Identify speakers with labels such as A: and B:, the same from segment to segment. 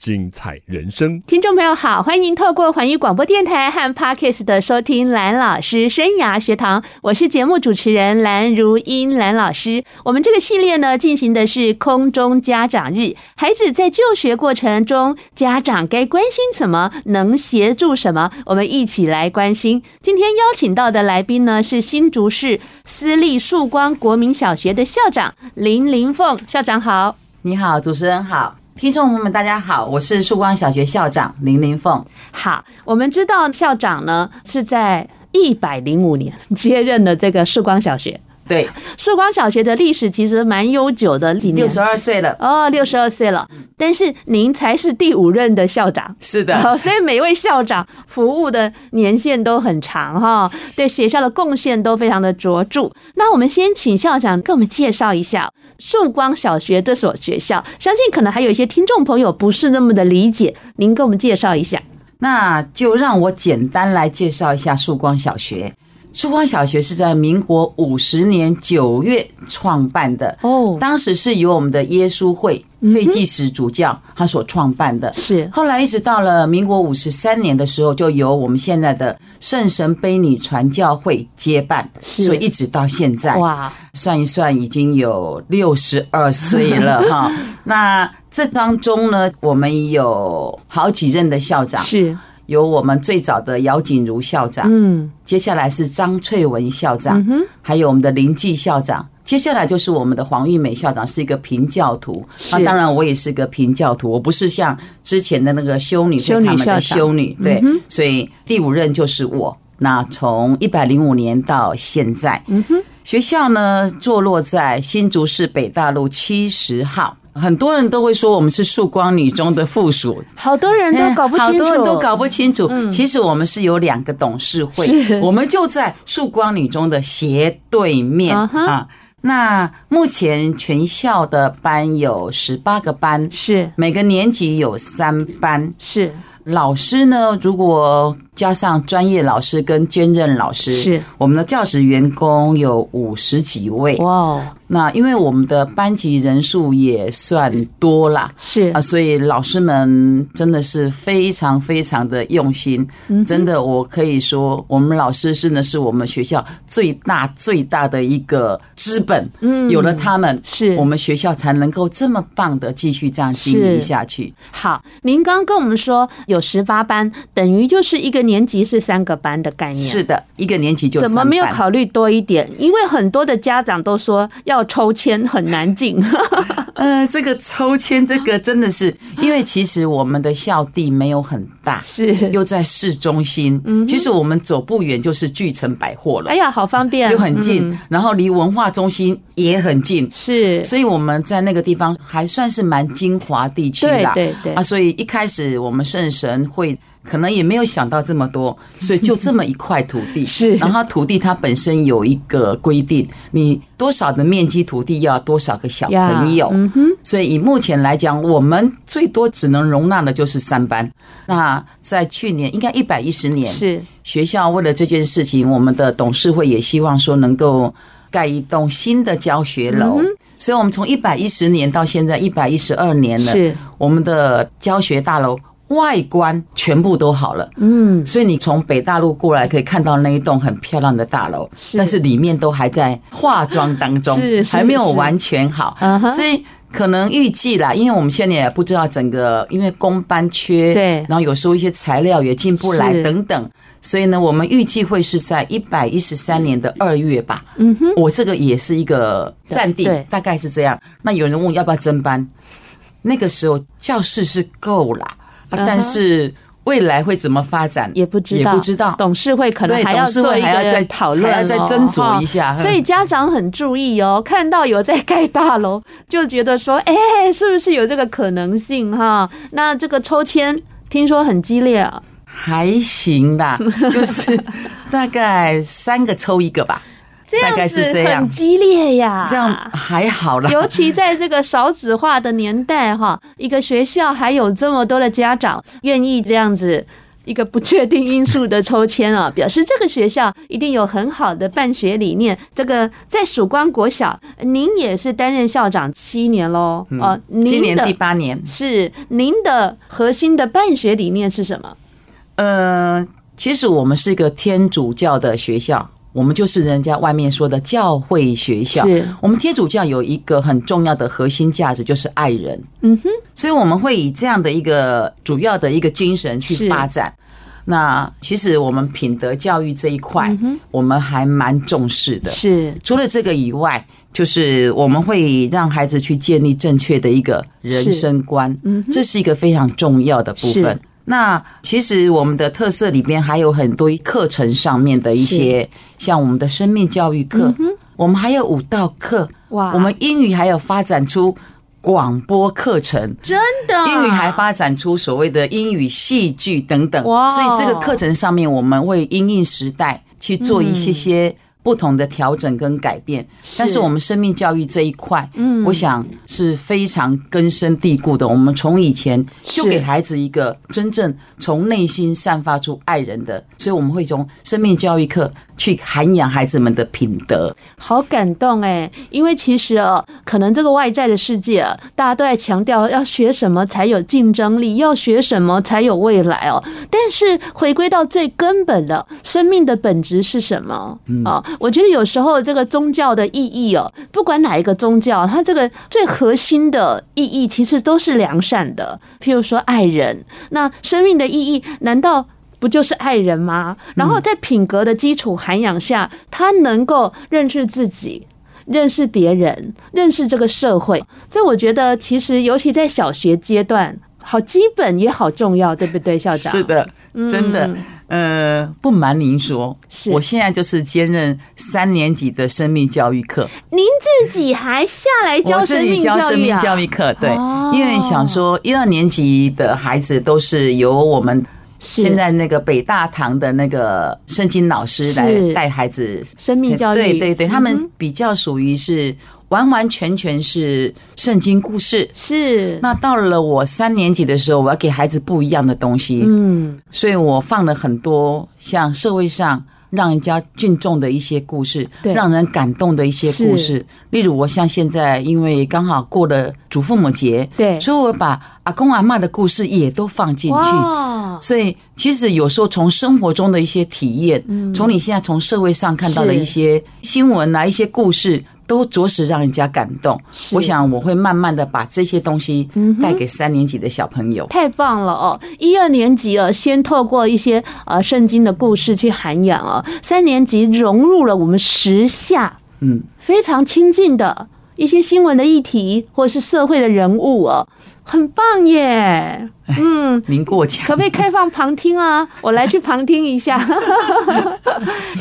A: 精彩人生。
B: 听众朋友好，欢迎透过环宇广播电台和 Parkes 的收听蓝老师生涯学堂，我是节目主持人蓝如英，蓝老师。我们这个系列呢，进行的是空中家长日，孩子在就学过程中，家长该关心什么，能协助什么，我们一起来关心。今天邀请到的来宾呢，是新竹市私立曙光国民小学的校长林林凤校长好。
C: 你好，主持人好，听众朋友们大家好，我是曙光小学校长林林凤。
B: 好，我们知道校长呢是在一百零五年接任了这个曙光小学。
C: 对，
B: 曙光小学的历史其实蛮悠久的，几年
C: 六十二岁了，
B: 哦，六十二岁了，但是您才是第五任的校长。
C: 是
B: 好，所以每位校长服务的年限都很长哈，对学校的贡献都非常的卓著。那我们先请校长给我们介绍一下曙光小学这所学校，相信可能还有一些听众朋友不是那么的理解，您给我们介绍一下。
C: 那就让我简单来介绍一下曙光小学。曙光小学是在民国五十年九月创办的，
B: 哦
C: 当时是由我们的耶稣会
B: 嗯
C: 费济史主教他所创办的。
B: 是
C: 后来一直到了民国五十三年的时候，就由我们现在的圣神卑女传教会接办，
B: 是
C: 所以一直到现在。
B: 哇，
C: 算一算已经有六十二岁了哈。那这当中呢，我们有好几任的校长，
B: 是
C: 有我们最早的姚锦如校长，
B: 嗯，
C: 接下来是张翠文校长，还有我们的林记校长。接下来就是我们的黄玉美校长，是一个平教徒。
B: 是
C: 那啊当然，我也是个平教徒，我不是像之前的那个修女
B: 修
C: 对
B: 女
C: 他们的
B: 校长嗯
C: 修女。对，所以第五任就是我。那从一百零五年到现在，
B: 嗯
C: 学校呢坐落在新竹市北大路七十号。很多人都会说我们是曙光女中的附属，
B: 好多人都搞不清楚，嗯
C: 哎好多人都搞不清楚。其实我们是有两个董事
B: 是
C: 会， 我们就在曙光女中的斜对面
B: 啊哈
C: 啊。那目前全校的班有十八个班，
B: 是
C: 每个年级有三班。
B: 是
C: 老师呢，如果加上专业老师跟兼任老师，
B: 是
C: 我们的教职员工有五十几位。
B: 哇哦，
C: 那因为我们的班级人数也算多啦，
B: 是
C: 啊，所以老师们真的是非常非常的用心，
B: 嗯
C: 真的，我可以说，我们老师真的是我们学校最大最大的一个资本。嗯，有了他们，
B: 是
C: 我们学校才能够这么棒的继续这样经
B: 是
C: 营下去。
B: 好，您刚跟我们说有十八班，等于就是一个年级是三个班的概念。
C: 是的，一个年级就
B: 怎么
C: 三
B: 没有
C: 班
B: 考虑多一点？因为很多的家长都说要抽签很难 进，
C: 呃，这个抽签，这个真 的是，因为其实我们的校地没有很大，
B: 是。
C: 又在市中心，其实我们走不远就是巨城百货 了
B: 哎。呀，好方便，
C: 就很近，
B: 嗯
C: 然后离文化中心也很近，
B: 是，
C: 所以我们在那个地方还算是蛮精华地区
B: 对
C: 啦。
B: 对对
C: 啊，，所以一开始我们圣神会可能也没有想到这么多，所以就这么一块土地
B: 是
C: 然后它土地它本身有一个规定，你多少的面积土地要多少个小
B: 呀
C: 朋友。
B: 嗯哼，
C: 所以以目前来讲，我们最多只能容纳的就是三班。那在去年应该一百一十年，
B: 是
C: 学校为了这件事情，我们的董事会也希望说能够盖一栋新的教学楼。所以，我们从一百一十年到现在一百一十二年了，
B: 是，
C: 我们的教学大楼外观全部都好了。
B: 嗯，
C: 所以你从北大陆过来可以看到那一栋很漂亮的大楼，
B: 是
C: 但是里面都还在化妆当中
B: 是，是
C: 还没有
B: 是
C: 完全好
B: 嗯哼，
C: 所以。可能预计啦，因为我们现在也不知道整个，因为工班缺，
B: 对
C: 然后有时候一些材料也进不来
B: 是
C: 等等，所以呢，我们预计会是在一百一十三年的二月吧。
B: 嗯哼，
C: 我这个也是一个占地
B: 对，
C: 大概是这样。那有人问我要不要增班，那个时候教室是够啦，啊
B: 嗯哼
C: 但是未来会怎么发展
B: 也不知
C: 也
B: 道，
C: 不知道。
B: 董事会可能
C: 对
B: 还要
C: 董事会
B: 做一
C: 还要
B: 个
C: 再
B: 讨论哦，
C: 还要再斟酌一下嗯
B: 哈所以家长很注意哦，看到有在盖大楼，就觉得说，哎、是不是有这个可能性哈？那这个抽签听说很激烈啊，
C: 还 行啦，就是大概三个抽一个吧，
B: 这
C: 大
B: 样
C: 概
B: 子
C: 是这样
B: 很激烈呀，
C: 这样。还好啦。
B: 尤其在这个少子化的年代，哈，一个学校还有这么多的家长愿意这样子一个不确定因素的抽签啊， 表示这个学校一定有很好的办学理念。这个在曙光国小，呃您也是担任校长七年喽，哦、您
C: 今嗯年
B: 的
C: 第八年，
B: 是您的核心的办学理念是什么？
C: 呃，其实我们是一个天主教的学校，我们就是人家外面说的教会学校。
B: 是
C: 我们天主教有一个很重要的核心价值，就是爱人。
B: 嗯哼，
C: 所以我们会以这样的一个主要的一个精神去发展。那其实我们品德教育这一
B: 嗯
C: 块，我们还蛮重视的。
B: 是
C: 除了这个以外，就是我们会让孩子去建立正确的一个人生观，这是一个非常重要的部
B: 嗯是
C: 分。那其实我们的特色里边还有很多课程上面的一些，像我们的生命教育课，我们还有舞蹈课，
B: 嗯哇，
C: 我们英语还有发展出广播课程，
B: 真的啊
C: 英语还发展出所谓的英语戏剧等等，
B: 哇
C: 所以这个课程上面我们会因应时代去做
B: 嗯
C: 一些些不同的调整跟改变。但是我们生命教育这一块，嗯，我想是非常根深蒂固的。我们从以前就是给孩子一个真正从内心散发出爱人的，所以我们会从生命教育课去涵养孩子们的品德。
B: 好感动哎，因为其实哦，可能这个外在的世界、啊，大家都在强调要学什么才有竞争力，要学什么才有未来哦。但是回归到最根本的，生命的本质是什么？啊、我觉得有时候这个宗教的意义哦，不管哪一个宗教，它这个最核心的意义其实都是良善的，譬如说爱人。那生命的意义难道不就是爱人吗？
C: 嗯
B: 然后在品格的基础涵养下，他能够认识自己。认识别人，认识这个社会，这我觉得其实尤其在小学阶段，好基本也好重要，对不对，校长？嗯
C: 是，的，真的，呃，不瞒您说，
B: 是
C: 我现在就是兼任三年级的生命教育课，
B: 您自己还下来教
C: 我
B: 生
C: 自己
B: 命教
C: 教
B: 育啊？
C: 生命教育课，对，
B: 哦
C: 因为想说一二年级的孩子都是由我们
B: 是
C: 现在那个北大堂的那个圣经老师
B: 是
C: 来带孩子
B: 生命教育，
C: 对对对，他
B: 嗯
C: 们
B: 哼
C: 比较属于是完完全全是圣经故事。
B: 是
C: 那到了我三年级的时候，我要给孩子不一样的东西，
B: 嗯
C: 所以我放了很多像社会上让人家敬重的一些故事，
B: 对
C: 让人感动的一些故事。例如，我像现在因为刚好过了祖父母节，
B: 对
C: 所以我把阿公阿嬷的故事也都放进去。
B: 哇
C: 所以，其实有时候从生活中的一些体验，从你现在从社会上看到的
B: 嗯是
C: 一些新闻啊、一些故事，都着实让人家感动。
B: 是嗯
C: 我想我会慢慢的把这些东西带给三年级的小朋友。
B: 太棒了哦！一二年级哦，先透过一些呃圣经的故事去涵养哦，三年级融入了我们时下
C: 嗯，
B: 非常亲近的一些新闻的议题或是社会的人物哦，很棒耶！嗯，
C: 您过奖。
B: 可不可以开放旁听啊？我来去旁听一下，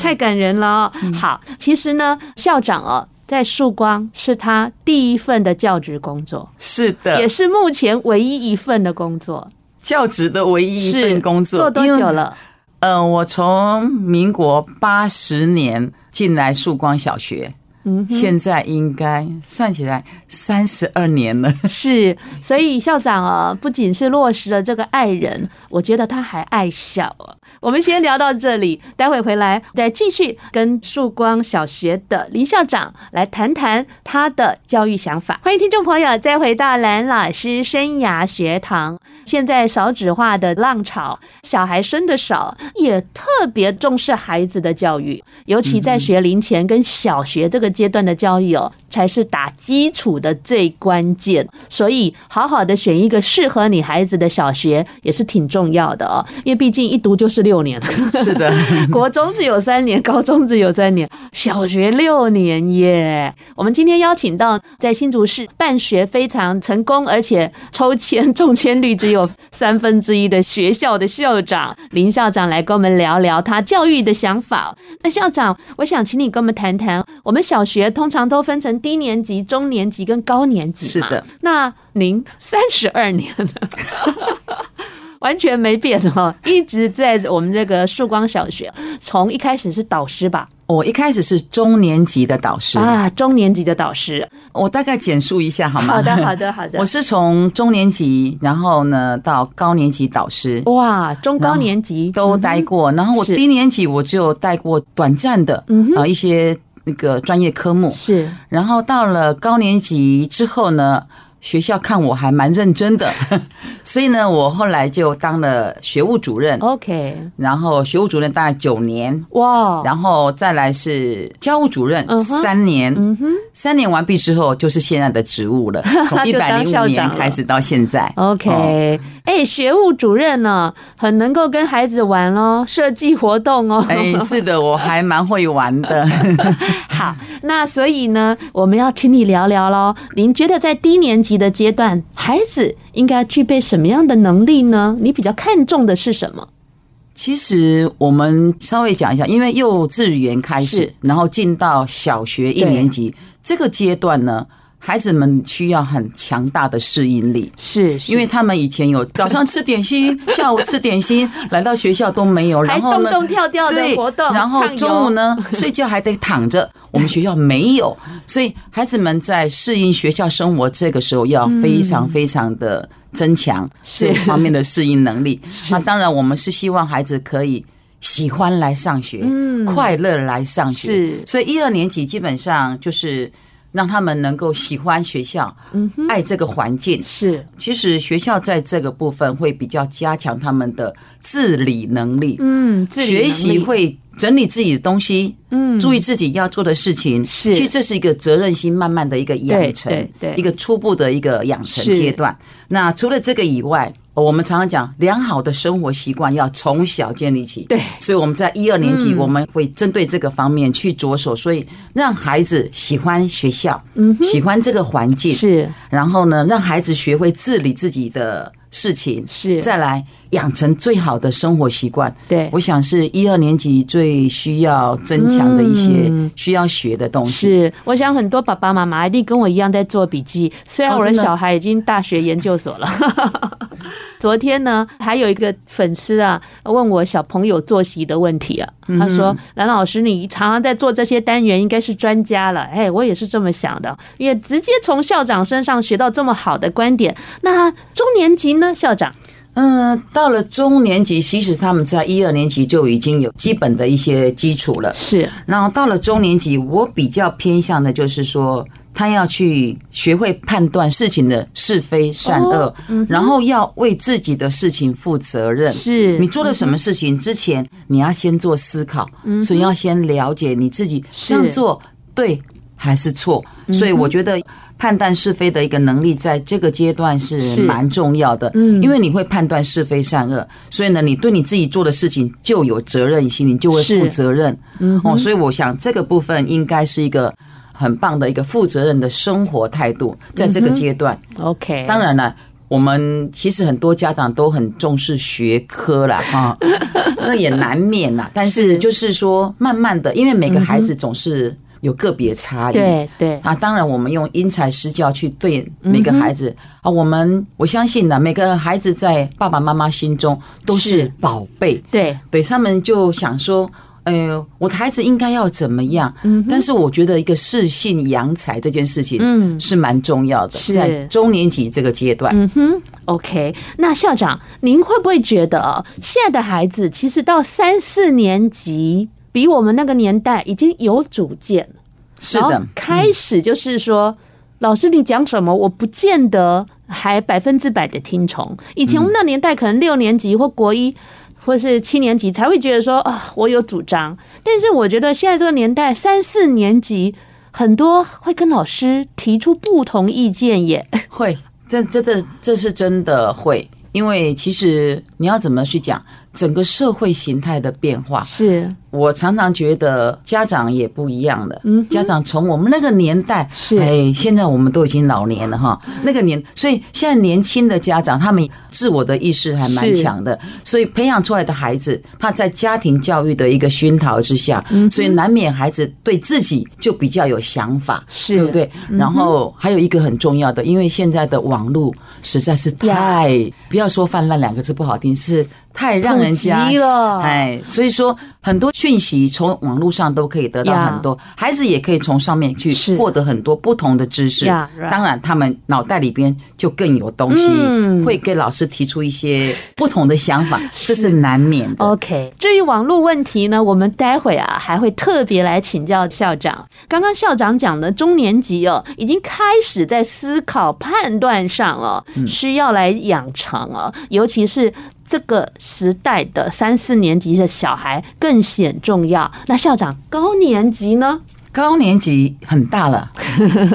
B: 太感人了哦、好，其实呢，校长哦，在曙光是他第一份的教职工作，
C: 是的，
B: 也是目前唯一一份的工作，
C: 教职的唯一一
B: 是
C: 份工作。
B: 做多
C: 因为
B: 久？了？
C: 呃，我从民国八十年进来曙光小学，
B: 嗯
C: 现在应该算起来三十二年了。
B: 是，所以校长啊，不仅是落实了这个爱人，我觉得他还爱笑啊。我们先聊到这里，待会回来再继续跟曙光小学的林校长来谈谈他的教育想法。欢迎听众朋友再回到蓝老师生涯学堂。现在少子化的浪潮，小孩生的少，也特别重视孩子的教育，尤其
C: 嗯
B: 在学龄前跟小学这个阶段的教育哦，才是打基础的最关键。所以，好好的选一个适合你孩子的小学也是挺重要的哦，因为毕竟一读就是六年。
C: 是 的，
B: 国中只有三年，高中只有三年，小学六年耶。我们今天邀请到在新竹市办学非常成功，而且抽签中签率只有三分之一的学校的校长林校长来跟我们聊聊他教育的想法。那校长，我想请你跟我们谈谈，我们小学通常都分成低年级、中年级跟高年级
C: 是
B: 嘛。
C: 的，
B: 那您三十二年了， 完全没变哦，一直在我们这个曙光小学，从一开始是导师吧，
C: 我一开始是中年级的导师，
B: 啊，中年级的导师。
C: 我大概简述一下好吗？
B: 好的，好。的，好的
C: 我。是从中年级，然后呢到高年级导师
B: 哇，中高年级
C: 哦
B: 嗯
C: 都待过，然后我
B: 是
C: 低年级我就带过短暂的，
B: 嗯哼
C: 呃一些那个专业科目，
B: 是
C: 然后到了高年级之后呢，学校看我还蛮认 真的，所以呢，我后来就当了学务主任，
B: OK，
C: 然后学务主任大概九年，
B: 哇，
C: 然后再来是教务主任
B: 嗯哼
C: 三年，
B: 嗯哼
C: 三年完毕之后就是现在的职 务了，从一
B: 就
C: 百
B: 当
C: 零
B: 校长
C: 五年
B: 了
C: 开始到现在。
B: ，OK，
C: 哦
B: 哎、学务主任呢，很能够跟孩子玩哦，设计活动哦。
C: 哎，是的，我还蛮会玩的。
B: 好，那所以呢，我们要请你聊聊喽。您觉得在低年级的阶段，孩子应该具备什么样的能力呢？你比较看重的是什么？
C: 其实我们稍微讲一下，因为幼稚园开
B: 是
C: 始，然后进到小学一年级这个阶段呢，孩子们需要很强大的适应力。
B: 是
C: 因为他们以前有早上吃点心，下午吃点心，来到学校都没有，
B: 还
C: 然后
B: 动
C: 呢，
B: 动跳跳的
C: 对
B: 活动，
C: 然后
B: 畅游
C: 中午呢 睡觉还得躺着，我们学校没有，所以孩子们在适应学校生活这个时候要非常非常的增强
B: 嗯是
C: 这方面的适应能力。
B: 是
C: 那当然，我们是希望孩子可以。喜欢来上学，
B: 嗯
C: 快乐来上学
B: 是，
C: 所以一二年级基本上就是让他们能够喜欢学校，
B: 嗯哼，
C: 爱这个环境，
B: 是
C: 其实学校在这个部分会比较加强他们的自理能力，
B: 嗯，自理能
C: 学
B: 力
C: 习会整理自己的东西，
B: 嗯
C: 注意自己要做的事情。
B: 是
C: 其实这是一个责任心慢慢的一个
B: 对
C: 养成，
B: 对对
C: 一个初步的一个养成
B: 是
C: 阶段。那除了这个以外，我们常常讲良好的生活习惯要从小建立起。
B: 对
C: 所以我们在一二年级，
B: 嗯
C: 我们会针对这个方面去着手，所以让孩子喜欢学校，
B: 嗯哼
C: 喜欢这个环境，
B: 是
C: 然后呢，让孩子学会自理自己的事情，
B: 是
C: 再来养成最好的生活习惯。
B: 对
C: 我想是一二年级最需要增强的一些
B: 嗯
C: 需要学的东西。
B: 是，我想很多爸爸妈妈一定跟我一样在做笔记。虽然
C: 哦
B: 我的
C: 真的
B: 小孩已经大学研究所了。 昨天呢，还有一个粉丝啊问我小朋友作息的问题啊，
C: 嗯
B: 他说：“蓝老师，你常常在做这些单元，应该是专家了。”哎，我也是这么想的，因为直接从校长身上学到这么好的观点。那中年级呢，校长
C: 嗯、到了中年级，其实他们在一二年级就已经有基本的一些基础了。
B: 是
C: 然后到了中年级，我比较偏向的就是说，他要去学会判断事情的是非善恶，
B: 哦嗯哼
C: 然后要为自己的事情负责任。
B: 是
C: 你做了什么事情之前，你要先做思考，
B: 嗯
C: 所以要先了解你自己
B: 是
C: 这样做对还是错。
B: 嗯
C: 所以我觉得判断是非的一个能力，在这个阶段
B: 是
C: 是蛮重要的。
B: 嗯
C: 因为你会判断是非善恶，所以呢，你对你自己做的事情就有责任心，你就会
B: 是
C: 负责任。
B: 嗯
C: 哦，所以我想这个部分应该是一个。很棒的一个负责任的生活态度，在
B: 嗯
C: 这个阶段，
B: OK，
C: 当然了，我们其实很多家长都很重视学科啦， 哈，那也难免啦。但
B: 是
C: 是嗯就是说，慢慢的，因为每个孩子总是有个别差异。
B: 对对
C: 啊，当然，我们用因材施教去对每个孩子、啊，我们我相信呢，每个孩子在爸爸妈妈心中都是
B: 是
C: 宝贝，
B: 对，
C: 对他们就想说，呃，我的孩子应该要怎么样？嗯，但是我觉得一个适性扬才这件事情，
B: 嗯
C: 是蛮重要的，
B: 是
C: 在中年级这个阶段。
B: 嗯哼，OK。那校长，您会不会觉得哦，现在的孩子其实到三四年级，比我们那个年代已经有主见了，
C: 是
B: 然
C: 的
B: 后，开始就是说，老师你讲什么，我不见得还百分之百的听从。以前我们那年代可能六年级或国一。或是七年级才会觉得说啊，我有主张。但是我觉得现在这个年代，三四年级很多会跟老师提出不同意见耶。
C: 会，这这这这是真的会，因为其实你要怎么去讲整个社会形态的变化，
B: 是
C: 我常常觉得家长也不一样了。
B: 嗯哼
C: 家长从我们那个年代，
B: 是嗯
C: 哎，现在我们都已经老年了哈。那个年，所以现在年轻的家长，他们自我的意识还蛮
B: 是
C: 强的，所以培养出来的孩子，他在家庭教育的一个熏陶之下，
B: 嗯
C: 所以难免孩子对自己就比较有想法，
B: 是嗯
C: 对不对？然后还有一个很重要的，因为现在的网络实在是太不要说泛滥两个字不好听，是太让人家
B: 普及了
C: 哎，所以说很多讯息从网络上都可以得到
B: 呀
C: 很多，孩子也可以从上面去
B: 是
C: 获得很多不同的知识
B: 呀，right。
C: 当然，他们脑袋里边就更有东西
B: 嗯，
C: 会给老师提出一些不同的想法，这是难免的。
B: OK，至于网络问题呢，我们待会啊还会特别来请教校长。刚刚校长讲的中年级哦，已经开始在思考判断上哦，
C: 嗯
B: 需要来养成哦，尤其是。这个时代的三四年级的小孩更显重要。那校长高年级呢？
C: 高年级很大 了，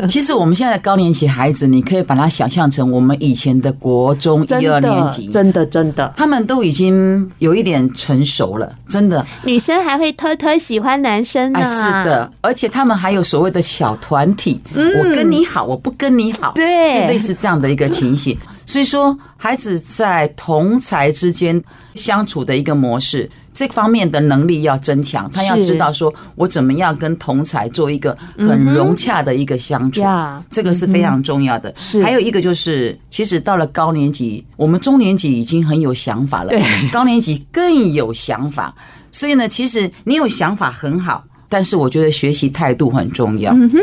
C: 其实我们现在的高年级孩子，你可以把它想象成我们以前的国中
B: 真
C: 一二年
B: 的
C: 级，，
B: 真的，真的，
C: 他们都已经有一点成熟了，真的。
B: 女生还会偷偷喜欢男生啊呢。
C: 哎，是，的，而且他们还有所谓的小团体，我跟你好，我不跟你好，
B: 嗯对
C: 就类似这样的一个情形。所以说，孩子在同才之间相处的一个模式。这方面的能力要增强，他要
B: 是嗯
C: 知道说我怎么样跟同才做一个很融洽的一个相处。
B: 呀，
C: 这个是非常重要的。
B: 嗯是
C: 还有一个就是，其实到了高年级，我们中年级已经很有想法了
B: 对，
C: 高年级更有想法。所以呢，其实你有想法很好，但是我觉得学习态度很重要。嗯哼，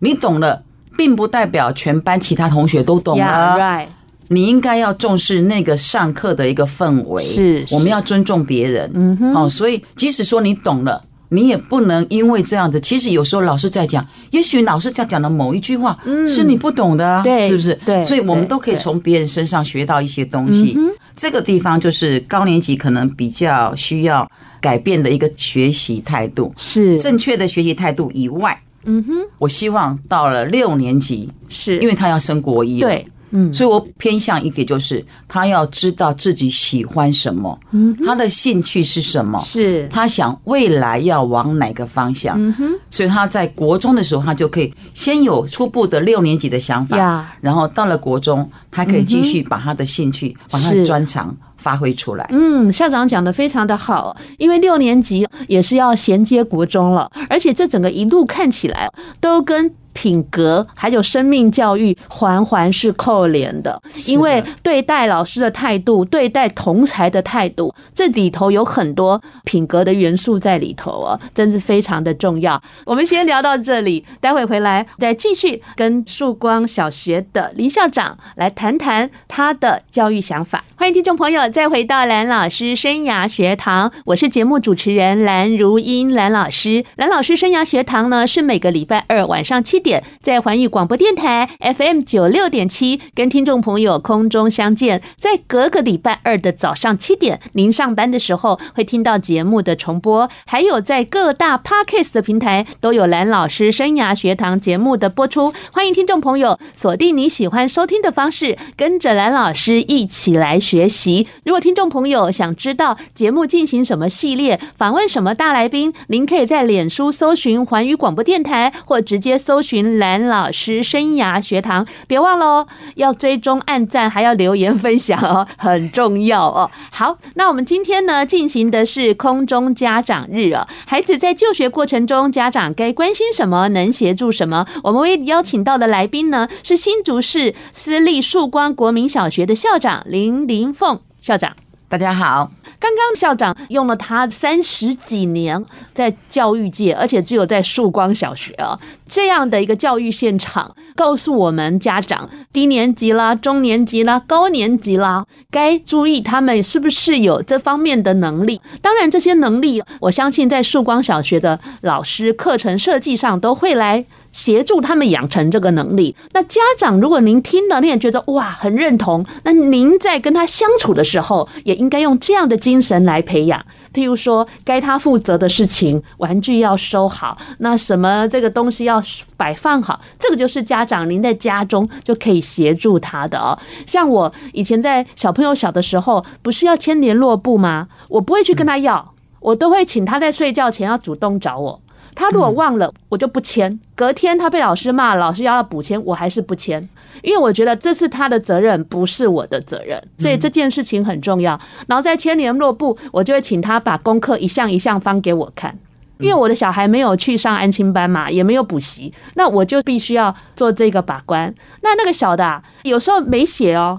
C: 你懂了。并不代表全班其他同学都懂了啊
B: Yeah, right.
C: 你应该要重视那个上课的一个氛围，
B: 是是
C: 我们要尊重别人，嗯哼，哦，所以即使说你懂了。你也不能因为这样子，其实有时候老师在讲，也许老师在讲的某一句话，是你不懂的、
B: 嗯
C: 啊，
B: 对
C: 是不是？
B: 对
C: 所以我们
B: 对
C: 都可以
B: 对
C: 从别人身上学到一些东西。
B: 嗯
C: 这个地方就是高年级可能比较需要改变的一个学习态度，
B: 是，
C: 正确的学习态度以外，
B: 嗯哼，
C: 我希望到了六年级，
B: 是
C: 因为他要升国一了，
B: 对，嗯，
C: 所以我偏向一点就是，他要知道自己喜欢什么，他的兴趣是什么，
B: 嗯是
C: 他想未来要往哪个方向。
B: 嗯
C: 所以他在国中的时候，他就可以先有初步的六年级的想
B: 呀
C: 法，然后到了国中，他可以继续把他的兴趣、把他
B: 是
C: 的专长发挥出来。
B: 嗯，校长讲的非常的好，因为六年级也是要衔接国中了，而且这整个一路看起来都跟。品格还有生命教育环环是扣连的，
C: 的
B: 因为对待老师的态度、对待同才的态度，这里头有很多品格的元素在里头哦，真是非常的重要。我们先聊到这里，待会回来再继续跟曙光小学的林校长来谈谈他的教育想法。欢迎听众朋友再回到蓝老师生涯学堂，我是节目主持人蓝如英，蓝老师。蓝老师生涯学堂呢是每个礼拜二晚上七点在环宇广播电台 FM 九六点七跟听众朋友空中相见，在隔个礼拜二的早上七点，您上班的时候会听到节目的重播，还有在各大 Podcast 的平台都有蓝老师生涯学堂节目的播出，欢迎听众朋友锁定你喜欢收听的方式，跟着蓝老师一起来学习。如果听众朋友想知道节目进行什么系列，访问什么大来宾，您可以在脸书搜寻环宇广播电台，或直接搜寻蓝老师生涯学堂。别忘了哦，要追踪、按赞，还要留言分享哦，很重要哦。好，那我们今天呢进行的是空中家长日哦，孩子在就学过程中，家长该关心什么，能协助什么？我们为邀请到的来宾呢是新竹市私立曙光国民小学的校长林林凤校长。
C: 大家好，
B: 刚刚校长用了他三十几年在教育界，而且只有在曙光小学啊这样的一个教育现场，告诉我们家长低年级啦、中年级啦、高年级啦，该注意他们是不是有这方面的能力。当然，这些能力我相信在曙光小学的老师课程设计上都会来。协助他们养成这个能力。那家长，如果您听了，你也觉得哇很认同，那您在跟他相处的时候，也应该用这样的精神来培养。譬如说，该他负责的事情，玩具要收好，那什么这个东西要摆放好，这个就是家长您在家中就可以协助他的哦。像我以前在小朋友小的时候，不是要签联络簿吗？我不会去跟他要，我都会请他在睡觉前要主动找我。他如果忘了，我就不签。隔天他被老师骂，老师要他补签，我还是不签，因为我觉得这是他的责任，不是我的责任，所以这件事情很重要。然后在签联络簿，我就会请他把功课一项一项翻给我看。因为我的小孩没有去上安亲班嘛，也没有补习，那我就必须要做这个把关。那那个小的、啊、有时候没写哦，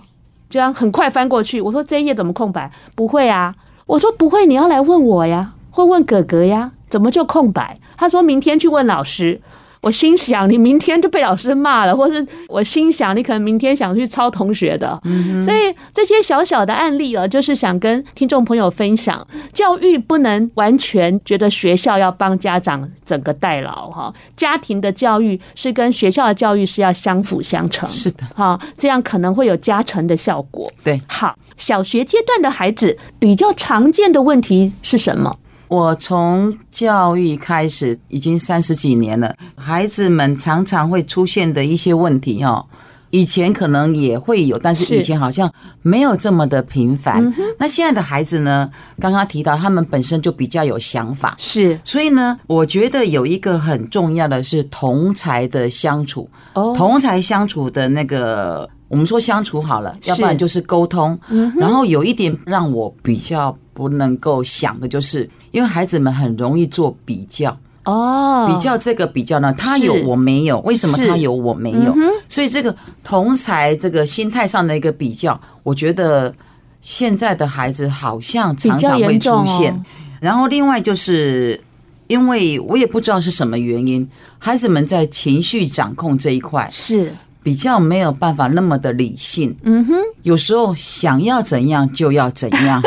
B: 这样很快翻过去。我说这一页怎么空白？不会啊。我说不会，你要来问我呀，或问哥哥呀，怎么就空白？他说明天去问老师。我心想，你明天就被老师骂了，或是我心想，你可能明天想去抄同学的。所以这些小小的案例哦，就是想跟听众朋友分享，教育不能完全觉得学校要帮家长整个代劳哈，家庭的教育是跟学校的教育是要相辅相成。
C: 是的，
B: 哈、这样可能会有加成的效果。
C: 对
B: 好，小学阶段的孩子比较常见的问题是什么？
C: 我从教育开始已经三十几年了，孩子们常常会出现的一些问题哦。以前可能也会有，但是
B: 是
C: 以前好像没有这么的频繁。那现在的孩子呢？刚刚提到他们本身就比较有想法，
B: 是
C: 所以呢，我觉得有一个很重要的是同才的相处，
B: 哦
C: 同才相处的那个，我们说相处好了，
B: 是嗯
C: 要不然就是沟通。然后有一点让我比较不能够想的就是，因为孩子们很容易做比较，
B: 哦，
C: 比较这个比较呢，他
B: 是
C: 有我没有，为什么
B: 是嗯
C: 他有我没有？所以这个同才这个心态上的一个比较，我觉得现在的孩子好像
B: 比
C: 常
B: 较
C: 常会
B: 严重
C: 出
B: 哦
C: 现。然后另外就是，因为我也不知道是什么原因，孩子们在情绪掌控这一块
B: 是
C: 比较没有办法那么的理性。嗯哼，有时候想要怎样就要怎样。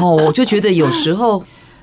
C: 哦，我就觉得有时候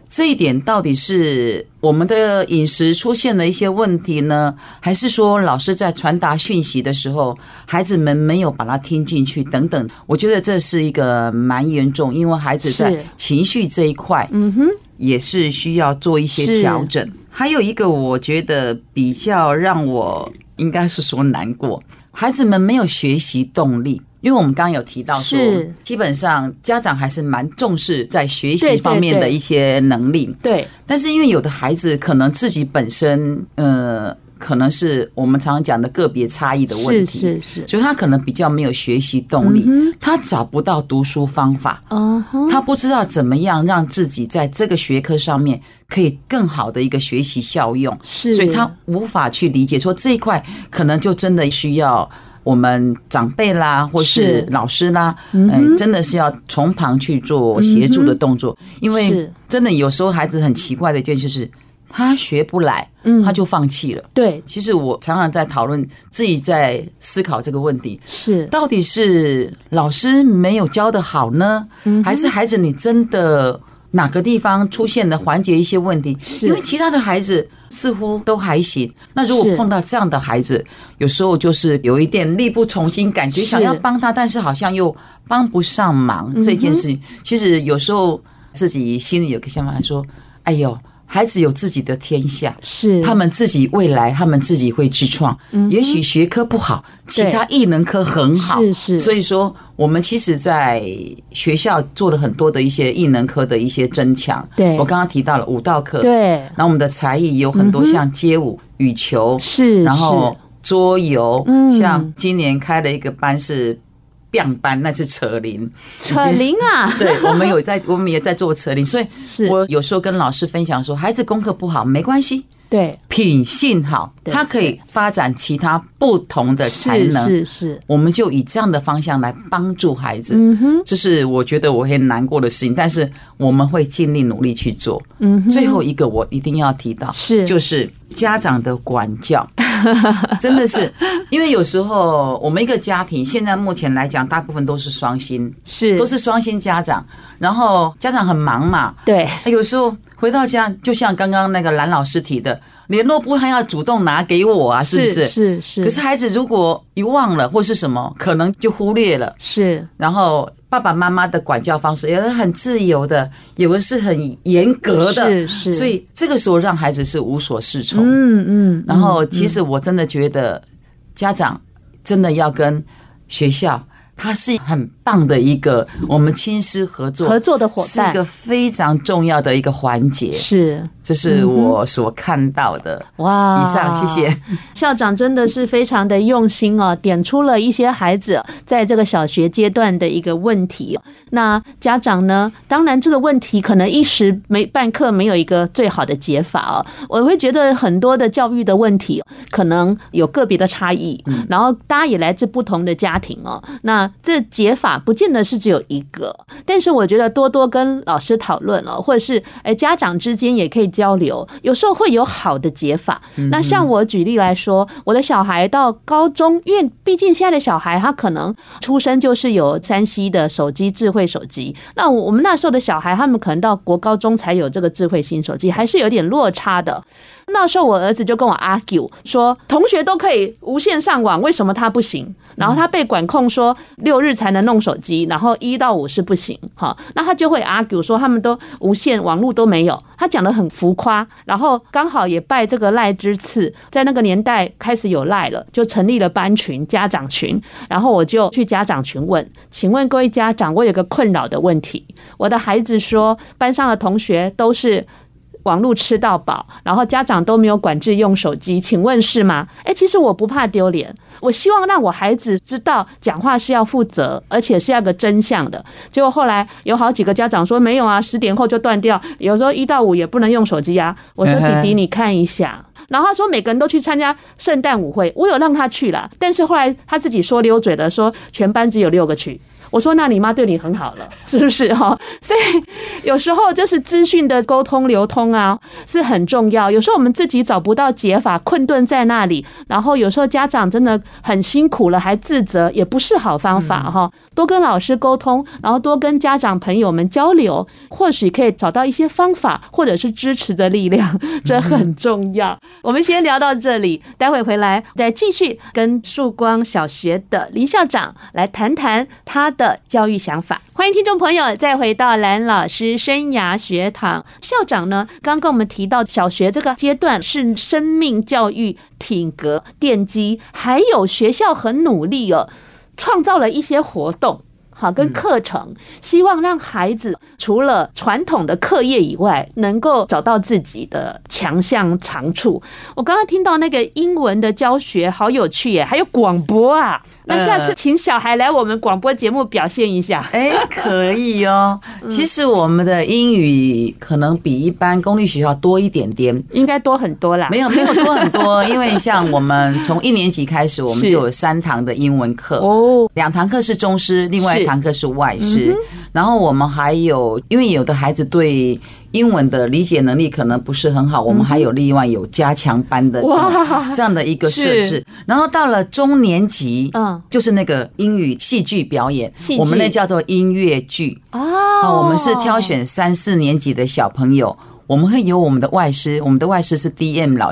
C: 这一点到底是我们的饮食出现了一些问题呢，还是说老师在传达讯息的时候，孩子们没有把它听进去等等？我觉得这是一个蛮严重，因为孩子
B: 是
C: 在情绪这一块，嗯哼，也是需要做一些
B: 是
C: 调整。还有一个，我觉得比较让我应该是说难过，孩子们没有学习动力。因为我们刚刚有提到说
B: 是，
C: 基本上家长还是蛮重视在学习
B: 对对
C: 方面的
B: 对
C: 一些能力，
B: 对
C: 但是因为有的孩子可能自己本身，呃，可能是我们常常讲的个别差异的问
B: 是
C: 题，
B: 是嗯是，
C: 所以他可能比较没有学习动力，他找不到读书方法，
B: 嗯哼，
C: 他不知道怎么样让自己在这个学科上面可以更好的一个学习效用，
B: 是，
C: 所以他无法去理解说这一块可能就真的需要。我们长辈啦，或是
B: 是
C: 老师啦，嗯、真的是要从旁去做协助的动作，因为
B: 嗯是
C: 真的有时候孩子很奇怪的一件事是，他学不来，
B: 嗯
C: 他就放弃了。
B: 对
C: 其实我常常在讨论，自己在思考这个问题，
B: 是
C: 到底是老师没有教的好呢，
B: 嗯
C: 还是孩子你真的哪个地方出现了缓解一些问题？
B: 是
C: 因为其他的孩子似乎都还行，那如果
B: 是
C: 碰到这样的孩子，有时候就是有一点力不从心，感觉
B: 是
C: 想要帮他，但是好像又帮不上
B: 嗯
C: 忙这件事情。其实有时候自己心里有个想法说：“哎呦，孩子有自己的天下。”
B: 是
C: 他们自己未来，他们自己会去创。
B: 嗯
C: 也许学科不好，其他艺能科很好。
B: 是是
C: 所以说，我们其实，在学校做了很多的一些艺能科的一些增强。
B: 对
C: 我刚刚提到了舞蹈课，
B: 对嗯
C: 然后我们的才艺有很多，像街舞、羽球，
B: 是，
C: 然后桌游
B: 嗯。
C: 像今年开了一个班是。棒班那是 扯铃，
B: 是扯铃啊，
C: 对我们有在，我们也在做扯铃，所以
B: 是
C: 我有时候跟老师分享说，孩子功课不好没关系，
B: 对，
C: 品性好，
B: 对
C: 他可以发展其他不同的才
B: 是
C: 能。
B: 是是，
C: 我们就以这样的方向来帮助孩子，
B: 嗯哼，
C: 这是我觉得我很难过的事情，但是我们会尽力努力去做。
B: 嗯哼，
C: 最后一个我一定要提到，
B: 是
C: 就是家长的管 教，真的是因为有时候我们一个家庭现在目前来讲，大部分都是双薪，
B: 是
C: 都是双薪家长，然后家长很忙嘛，
B: 对
C: 哎有时候回到家，就像刚刚那个蓝老师提的，联络簿他要主动拿给我啊，是不是？
B: 是是，
C: 可是孩子如果遗忘了或是什么，可能就忽略了。
B: 是
C: 然后爸爸妈妈的管教方式，有的很自由的，有的是很严格的，
B: 是是，
C: 所以这个时候让孩子是无所适从。
B: 嗯嗯，
C: 然后，其实我真的觉得家长真的要跟学校，它是很棒的一个我们亲师合作
B: 嗯合作的伙
C: 是一
B: 伴
C: 个非常重要的一个环节。
B: 是
C: 这是我所看到的。
B: 哇
C: 以上，谢谢。
B: 校长真的是非常的用心哦，点出了一些孩子在这个小学阶段的一个问题。哦那家长呢，当然这个问题可能一时没半刻没有一个最好的解法哦。我会觉得很多的教育的问题可能有个别的差异，然后大家也来自不同的家庭哦。那这解法不见得是只有一个，但是我觉得多多跟老师讨论了，或者是哎家长之间也可以交流，有时候会有好的解法。那像我举例来说，我的小孩到高中，因为毕竟现在的小孩他可能出生就是有山西的手机智慧手机，那我们那时候的小孩他们可能到国高中才有这个智慧型手机，还是有点落差的。那时候我儿子就跟我 argue 说，同学都可以无线上网，为什么他不行？然后他被管控说六日才能弄手机，然后一到五是不行。哈，那他就会 argue 说他们都无线网络都没有。他讲的很浮夸，然后刚好也拜这个赖之赐，在那个年代开始有赖了，就成立了班群、家长群。然后我就去家长群问，请问各位家长，我有个困扰的问题，我的孩子说班上的同学都是网络吃到饱，然后家长都没有管制用手机，请问是吗？哎，其实我不怕丢脸，我希望让我孩子知道讲话是要负责，而且是要个真相的。结果后来有好几个家长说没有啊，十点后就断掉，有时候一到五也不能用手机啊。我说
C: 嗯哼
B: 弟弟，你看一下。然后他说每个人都去参加圣诞舞会，我有让他去啦，但是后来他自己说溜嘴了，说全班只有六个去。我说那你妈对你很好了，是不是 哈、所以有时候就是资讯的沟通流通啊是很重要。有时候我们自己找不到解法，困顿在那里，然后有时候家长真的很辛苦了，还自责，也不是好方法哈、多跟老师沟通，然后多跟家长朋友们交流，或许可以找到一些方法或者是支持的力量，这很重要。我们先聊到这里，待会回来再继续跟曙光小学的林校长来谈谈他的教育想法。欢迎听众朋友再回到蓝老师生涯学堂。校长呢，刚跟我们提到小学这个阶段是生命教育品格奠基，还有学校很努力哦，创造了一些活动。好，
C: 嗯
B: 跟课程，希望让孩子除了传统的课业以外，能够找到自己的强项长处。我刚刚听到那个英文的教学好有趣耶，还有广播啊！
C: 呃
B: 那下次请小孩来我们广播节目表现一下。
C: 哎，可以哦。其实我们的英语可能比一般公立学校多一点点，
B: 应该多很多啦。
C: 没有没有多很多，因为像我们从一年级开始，我 们
B: 是
C: 就有三堂的英文课。
B: 哦，嗯
C: 两堂课是中师，另外一堂课是外师。然后我们还有，因为有的孩子对英文的理解能力可能不是很好，我们还有另外有加强班的
B: 嗯
C: 嗯
B: 哇
C: 这样的一个设置
B: 是。
C: 然后到了中年级，
B: 嗯
C: 就是那个英语戏剧表演
B: 戏剧，
C: 我们那叫做音乐剧。啊，
B: 啊
C: 我们是挑选三四年级的小朋友。我们会由我们的外师，我们的外师是 DM 老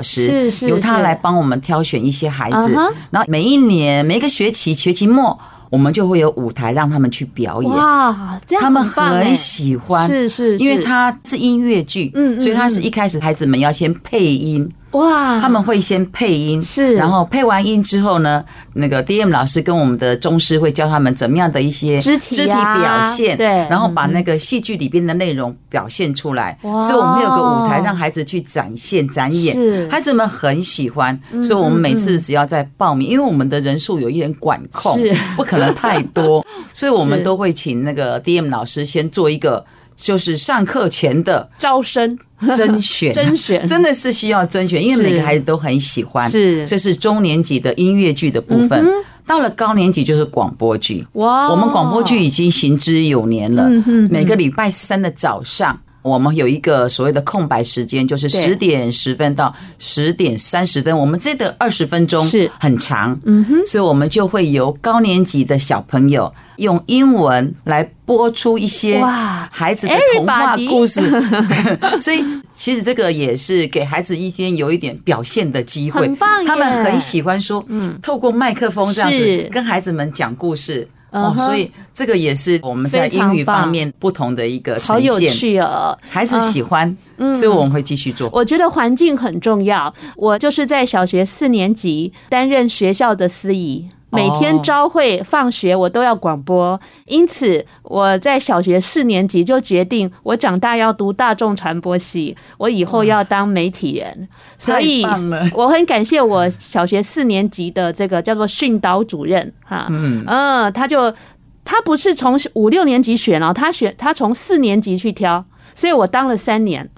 B: 是
C: 师，
B: 是
C: 由他
B: 是
C: 来帮我们挑选一些孩子。
B: 嗯哼
C: 然后每一年每一个学期学期末，我们就会有舞台让他们去表演。
B: 哇，这样
C: 他们
B: 棒哎
C: 很喜欢，
B: 是是，
C: 因为
B: 是
C: 它是音乐剧，
B: 嗯嗯
C: 所以它是一开始孩子们要先配音，
B: 哇，
C: 他们会先配音，
B: 是
C: 然后配完音之后呢，那个 DM 老师跟我们的宗师会教他们怎么样的一些
B: 肢体啊
C: 肢体表现，
B: 对
C: 然后把那个戏剧里边的内容表现出来，
B: 哇
C: 所以我们会有个舞台让孩子去展现展
B: 是嗯
C: 演，孩子们很喜欢，所以我们每次只要在报名，因为我们的人数有一点管控
B: 是，
C: 不可能太多， 所以我们
B: 是
C: 都会请那个 DM 老师先做一个。就是上课前的
B: 招生
C: 甄选，
B: 甄选
C: 真的是需要甄选，因为
B: 是
C: 每个孩子都很喜欢。
B: 是
C: 这是中年级的音乐剧的部
B: 嗯
C: 分。到了高年级就是广播剧。
B: 哇，
C: 我们广播剧已经行之有年了，
B: 嗯
C: 每个礼拜三的早上。我们有一个所谓的空白时间，就是
B: 对
C: 十点十分到十点三十分。我们这个二十分钟
B: 是
C: 很长，嗯哼，所以我们就会由高年级的小朋友用英文来播出一些
B: 哇
C: 孩子的童话
B: Everybody
C: 故事， 所以其实这个也是给孩子一天有一点表现的机会，
B: 很棒耶
C: 他们很喜欢说，嗯，透过麦克风这样
B: 是
C: 子跟孩子们讲故事。
B: 嗯
C: 哦，
B: 哼
C: 所以这个也是我们在
B: 非常
C: 英语
B: 棒
C: 方面不同的一个
B: 好
C: 呈
B: 有
C: 现，
B: 趣哦，
C: 孩子喜欢，所以我们会继续做。
B: 我觉得环境很重要。我就是在小学四年级担任学校的司仪。
C: 哦
B: 每天朝会、放学我都要广播，因此我在小学四年级就决定，我长大要读大众传播系，我以后要当媒体人。所以
C: 太棒了
B: 我很感谢我小学四年级的这个叫做训导主任哈，嗯他就他不是从五六年级选哦，他选他从四年级去挑，所以我当了三年。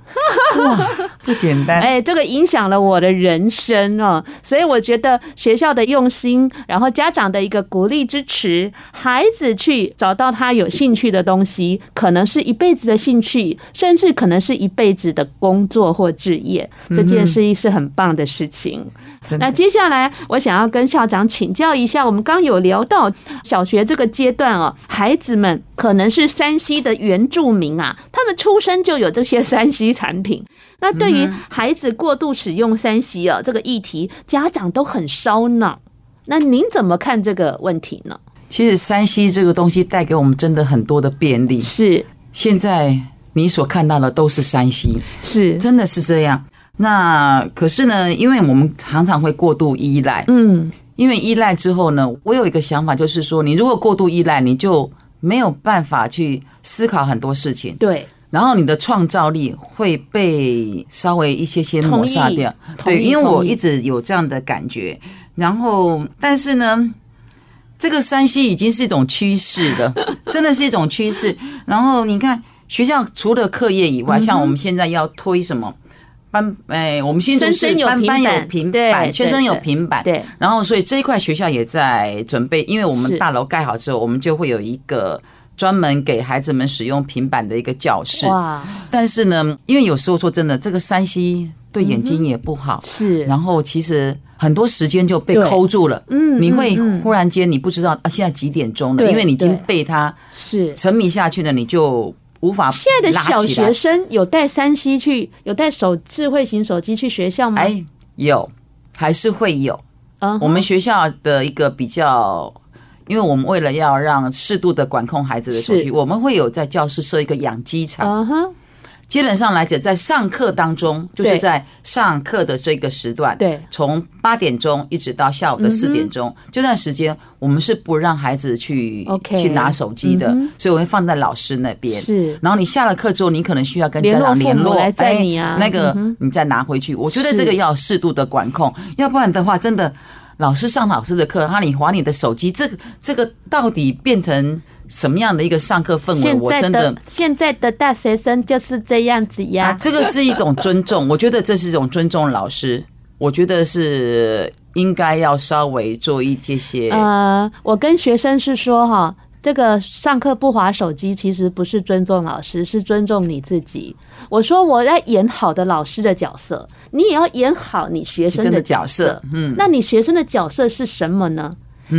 C: 不简单。
B: 哎，这个影响了我的人生哦，所以我觉得学校的用心，然后家长的一个鼓励支持，孩子去找到他有兴趣的东西，可能是一辈子的兴趣，甚至可能是一辈子的工作或置业，这件事是很棒的事情。
C: 真的
B: 那接下来我想要跟校长请教一下，我们刚有聊到小学这个阶段哦，孩子们可能是山西的原住民啊，他们出生就有这些山西产品。 那对
C: 嗯
B: 于孩子过度使用三 C 啊这个议题，家长都很烧脑。那您怎么看这个问题呢？
C: 其实山西这个东西带给我们真的很多的便利。
B: 是
C: 现在你所看到的都是山西，
B: 是，
C: 真的是这样。那可是呢，因为我们常常会过度依赖，
B: 嗯，
C: 因为依赖之后呢，我有一个想法，就是说，你如果过度依赖，你就没有办法去思考很多事情，
B: 对，
C: 然后你的创造力会被稍微一些些抹杀掉
B: 同意。
C: 对，
B: 同意
C: 因为我
B: 同意
C: 一直有这样的感觉。然后，但是呢，这个山西已经是一种趋势 了，真的是一种趋势。然后你看，学校除了课业以外，像我们现在要推什么班？哎，我们新竹
B: 生
C: 市
B: 生有
C: 班班
B: 平
C: 有
B: 板
C: 平
B: 对
C: 板，学生有
B: 对对
C: 平板，
B: 对，
C: 然后，所以这一块学校也在准备，因为我
B: 是
C: 们大楼盖好之后，我们就会有一个专门给孩子们使用平板的一个教室。
B: 哇，
C: 但是呢，因为有时候说真的，这个山西对眼睛也不好，
B: 是，
C: 然后其实很多时间就被
B: 嗯对
C: 抠住了。
B: 嗯
C: 你会
B: 嗯嗯
C: 忽然间你不知道啊，现在几点钟了？
B: 对
C: 因为你已经
B: 对
C: 被它
B: 是。
C: 沉迷下去了，你就无法
B: 现在的
C: 拉
B: 小
C: 起来
B: 学生有带三 C 去，有带手智慧型手机去学校吗？
C: 哎，有还是会有。
B: 嗯哼，
C: 我们学校的一个比较，因为我们为了要让适度的管控孩子的手
B: 是
C: 续，我们会有在教室设一个养鸡场。
B: 嗯哼，
C: 基本上来讲，在上课当中，就
B: 对
C: 是在上课的这个时段，
B: 嗯对嗯
C: 从八点钟一直到下午的四点钟、这段时间，我们是不让孩子去
B: OK
C: 去拿手机的、
B: 嗯
C: 所以我会放在老师那边。
B: 是
C: 然后你下了课之后，你可能需要跟
B: 联
C: 家
B: 络
C: 长
B: 父
C: 联
B: 母
C: 络，哎
B: 来载你啊
C: 那个
B: 嗯
C: 你再拿回去。我觉得
B: 是
C: 这个要适度的管控，要不然的话，真的老师上老师的课，然后你划你的手机，这个这个到底变成什么样的一个上课氛围？
B: 现
C: 我
B: 在
C: 真
B: 的现在的大学生就是这样子
C: 啊，
B: 呀，
C: 这个是一种尊重，我觉得这是一种尊重老师，我觉得是应该要稍微做一些些。
B: 呃，我跟学生是说哈，这个上课不划手机，其实不是尊重老师，是尊重你自己。我说我要演好的老师的角色，你也要演好你学生
C: 真的
B: 角
C: 角色，嗯
B: 嗯，那你学生的角色是什么呢？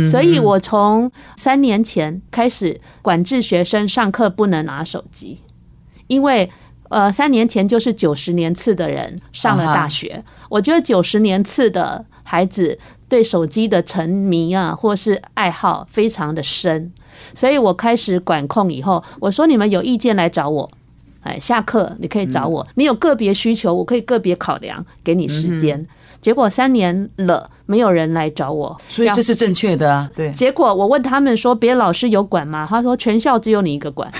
B: 所以，我从三年前开始管制学生上课不能拿手机，因为呃，三年前就是九十年次的人上了大学，我觉得九十年次的孩子对手机的沉迷啊，或是爱好非常的深，所以我开始管控以后，我说你们有意见来找我。哎，下课你可以找我，你有个别需求，我可以个别考量，给你时间。结果三年了，没有人来找我，
C: 所以
B: 然后
C: 这是正确的啊，对，
B: 结果我问他们说：“别的老师有管吗？”他说：“全校只有你一个管。”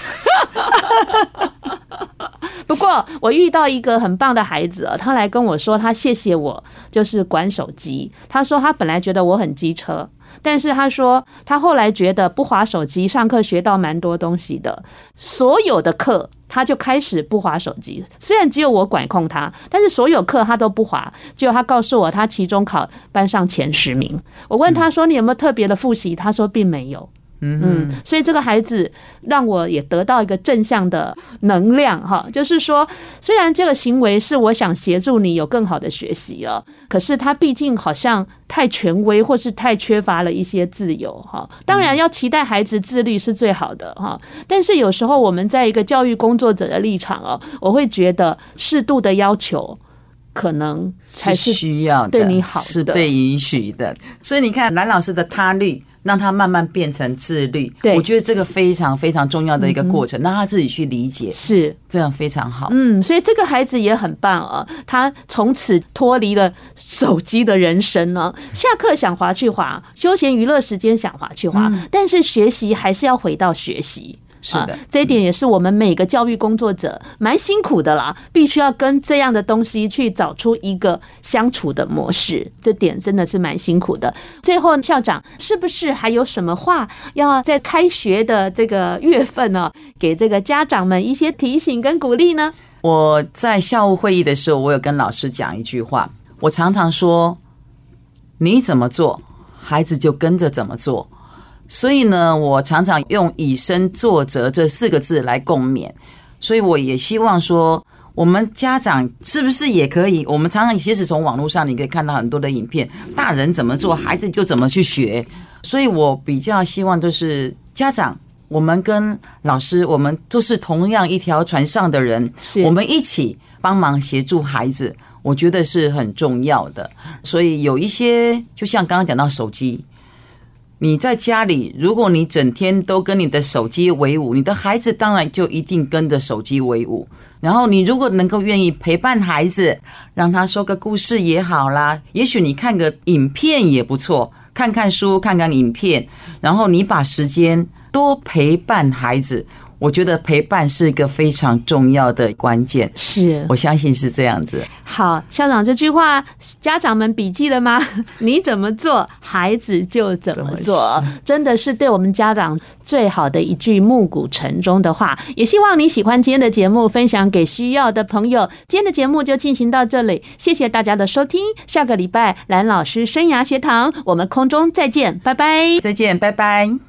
B: 不过我遇到一个很棒的孩子哦，他来跟我说，他谢谢我，就是管手机。他说他本来觉得我很机车，但是他说他后来觉得不划手机，上课学到蛮多东西的。所有的课他就开始不划手机，虽然只有我管控他，但是所有课他都不划。结果他告诉我，他期中考班上前十名。我问他说：“你有没有特别的复习？”他说并没有。嗯，所以这个孩子让我也得到一个正向的能量哈，就是说，虽然这个行为是我想协助你有更好的学习哦，可是他毕竟好像太权威，或是太缺乏了一些自由哈。当然要期待孩子自律是最好的哈，但是有时候我们在一个教育工作者的立场哦，我会觉得适度的要求可能才
C: 是
B: 是
C: 需要的，
B: 对你好的
C: 是被允许的。所以你看，蓝老师的他律，让他慢慢变成自律。
B: 对
C: 我觉得这个非常非常重要的一个过程，让他自己去理解，
B: 是，
C: 这样非常好。
B: 嗯，所以这个孩子也很棒啊，他从此脱离了手机的人生呢、下课想滑去滑，休闲娱乐时间想滑去滑，但是学习还是要回到学习。
C: 嗯是的
B: 啊，这一点也是我们每个教育工作者蛮辛苦的啦，必须要跟这样的东西去找出一个相处的模式，这点真的是蛮辛苦的。最后，校长是不是还有什么话要在开学的这个月份呢、给这个家长们一些提醒跟鼓励呢？
C: 我在校务会议的时候，我有跟老师讲一句话，我常常说，你怎么做，孩子就跟着怎么做。所以呢，我常常用以身作则这四个字来共勉。所以我也希望说，我们家长是不是也可以？我们常常其实从网络上你可以看到很多的影片，大人怎么做，孩子就怎么去学。所以我比较希望就是家长，我们跟老师，我们都是同样一条船上的人，
B: 是
C: 我们一起帮忙协助孩子，我觉得是很重要的。所以有一些，就像刚刚讲到手机。你在家里，如果你整天都跟你的手机为伍，你的孩子当然就一定跟着手机为伍。然后你如果能够愿意陪伴孩子，让他说个故事也好啦，也许你看个影片也不错，看看书，看看影片，然后你把时间多陪伴孩子，我觉得陪伴是一个非常重要的关键。
B: 是
C: 我相信是这样子。
B: 好，校长这句话，家长们笔记了吗？ 你怎么做，孩子就怎么做，真的是对我们家长最好的一句暮鼓晨钟的话。也希望你喜欢今天的节目，分享给需要的朋友。今天的节目就进行到这里，谢谢大家的收听。下个礼拜蓝老师生涯学堂，我们空中再见，拜拜。
C: 再见，拜拜。